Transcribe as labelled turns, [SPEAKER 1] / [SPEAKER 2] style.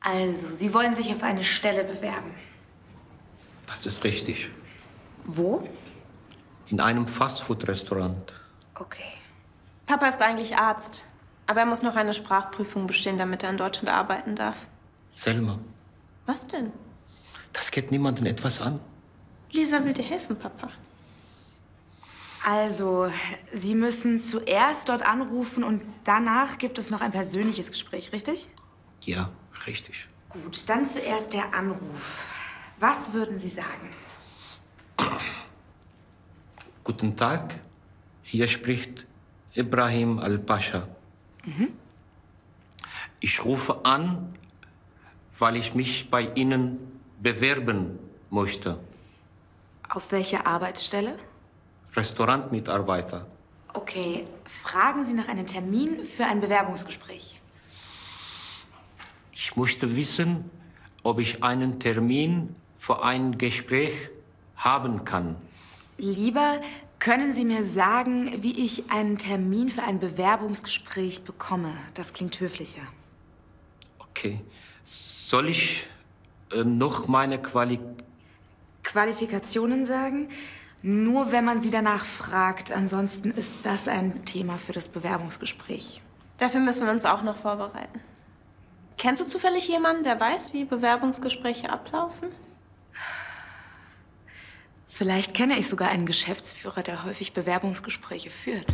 [SPEAKER 1] Also, Sie wollen sich auf eine Stelle bewerben.
[SPEAKER 2] Das ist richtig.
[SPEAKER 1] Wo?
[SPEAKER 2] In einem Fastfood-Restaurant.
[SPEAKER 1] Okay.
[SPEAKER 3] Papa ist eigentlich Arzt, aber er muss noch eine Sprachprüfung bestehen, damit er in Deutschland arbeiten darf.
[SPEAKER 2] Selma,
[SPEAKER 3] Was denn?
[SPEAKER 2] das geht niemanden etwas an.
[SPEAKER 3] Lisa will dir helfen, Papa.
[SPEAKER 1] Also, Sie müssen zuerst dort anrufen und danach gibt es noch ein persönliches Gespräch, richtig?
[SPEAKER 2] Ja, richtig.
[SPEAKER 1] Gut, dann zuerst der Anruf. Was würden Sie sagen?
[SPEAKER 2] Guten Tag. Hier spricht Ibrahim Al-Pascha. Ich rufe an, weil ich mich bei Ihnen bewerben möchte.
[SPEAKER 1] Auf welche Arbeitsstelle?
[SPEAKER 2] Restaurantmitarbeiter.
[SPEAKER 1] Okay, fragen Sie nach einem Termin für ein Bewerbungsgespräch.
[SPEAKER 2] Ich möchte wissen, ob ich einen Termin für ein Gespräch haben kann.
[SPEAKER 1] Lieber, können Sie mir sagen, wie ich einen Termin für ein Bewerbungsgespräch bekomme? Das klingt höflicher.
[SPEAKER 2] Okay. Soll ich äh, noch meine Quali
[SPEAKER 1] Qualifikationen sagen? Nur wenn man sie danach fragt. Ansonsten ist das ein Thema für das Bewerbungsgespräch.
[SPEAKER 3] Dafür müssen wir uns auch noch vorbereiten. Kennst du zufällig jemanden, der weiß, wie Bewerbungsgespräche ablaufen?
[SPEAKER 1] Vielleicht kenne ich sogar einen Geschäftsführer, der häufig Bewerbungsgespräche führt.